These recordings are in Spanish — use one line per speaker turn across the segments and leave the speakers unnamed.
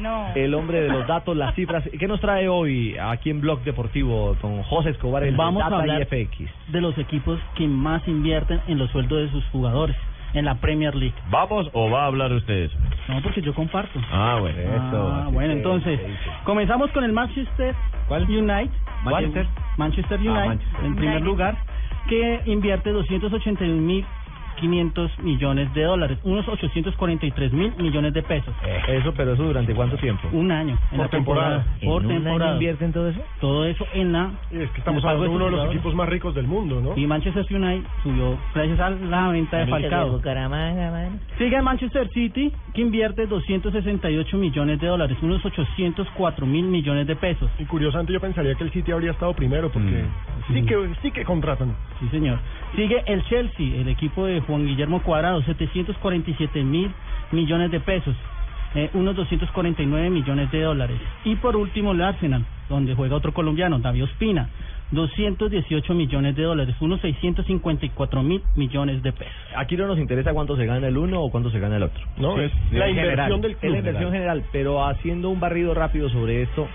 No.
el hombre de los datos, las cifras. ¿Qué nos trae hoy aquí en Blog Deportivo, don José Escobar, el de
Vamos a
Data
hablar
IFX?
de los equipos que más invierten en los sueldos de sus jugadores en la Premier League.
¿Vamos o va a hablar usted eso?
No, porque yo comparto.
Ah, bueno.
Ah, bueno, entonces, comenzamos con el Manchester United.
Manchester.
Manchester United,
Ah, Manchester.
en primer
United.
lugar, que invierte 281.500 millones de dólares, unos 843 mil millones de pesos.
Eso, pero eso durante cuánto tiempo?
Un año. En
Por
la temporada.
temporada.
Por
¿En un año
temporada.
invierten todo eso?
Todo eso en la.
Y es que
en el
estamos
pago
hablando de
sus
uno de los
jugadores.
equipos más ricos del mundo, ¿no?
Y Manchester United subió gracias a la venta de Falcao. Sigue el Manchester City, que invierte 268 millones de dólares, unos 804 mil millones de pesos.
Y curiosamente yo pensaría que el City habría estado primero porque sí que sí que contratan.
Sí, señor. Sigue el Chelsea, el equipo de Juan Guillermo Cuadrado, 747 mil millones de pesos, eh, unos 249 millones de dólares. Y por último, el Arsenal, donde juega otro colombiano, David Ospina, 218 millones de dólares, unos 654 mil millones de pesos.
Aquí no nos interesa cuánto se gana el uno o cuánto se gana el otro.
No, es la
En general,
inversión del
Es
club.
la inversión general, pero haciendo un barrido rápido sobre esto,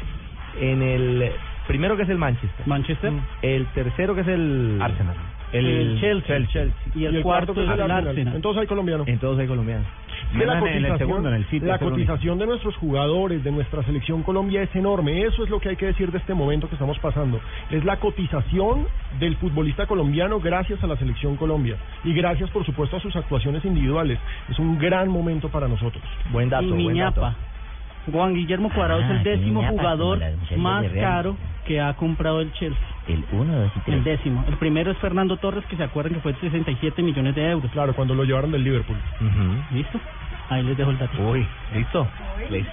en el primero que es el Manchester,
Manchester.
el tercero que es el
Mm. Arsenal.
el,
El Chelsea.
el Chelsea.
Y el, cuarto,
que
es el Arsenal.
Entonces hay colombiano.
Entonces hay colombianos.
Que la
Ganan en el
cotización,
segundo, en el City,
la
es el
cotización de nuestros jugadores, de nuestra selección Colombia es enorme. Eso es lo que hay que decir de este momento que estamos pasando. Es la cotización del futbolista colombiano gracias a la selección Colombia y gracias, por supuesto, a sus actuaciones individuales. Es un gran momento para nosotros.
Buen dato,
y
buen dato.
Miñapa. Juan Guillermo Cuadrado es
Ah,
el
que
décimo
Miñapa,
jugador
como la muchacha
más
de Real.
caro que ha comprado el Chelsea.
El 1, 2 y 3.
El décimo. El primero es Fernando Torres, que se acuerdan que fue de 67 millones de euros.
Claro, cuando lo llevaron del Liverpool.
Ujú.
¿Listo? Ahí les dejo el dato.
Uy, listo. Listo.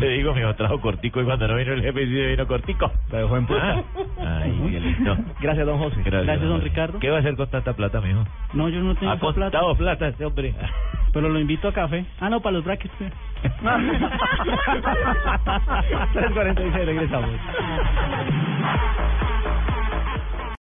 Le digo, me trajo cortico y cuando no vino el jefe dice, vino cortico.
Lo dejó en
Ah,
punto.
Ay, qué lindo.
Gracias, don José.
Gracias, don
hombre.
Ricardo.
¿Qué va a hacer con tanta plata, mijo?
No, yo no tengo
Ha
esa plata,
costado plata este hombre.
pero lo invito a café. Ah, no, para los brackets.
3.46, regresamos.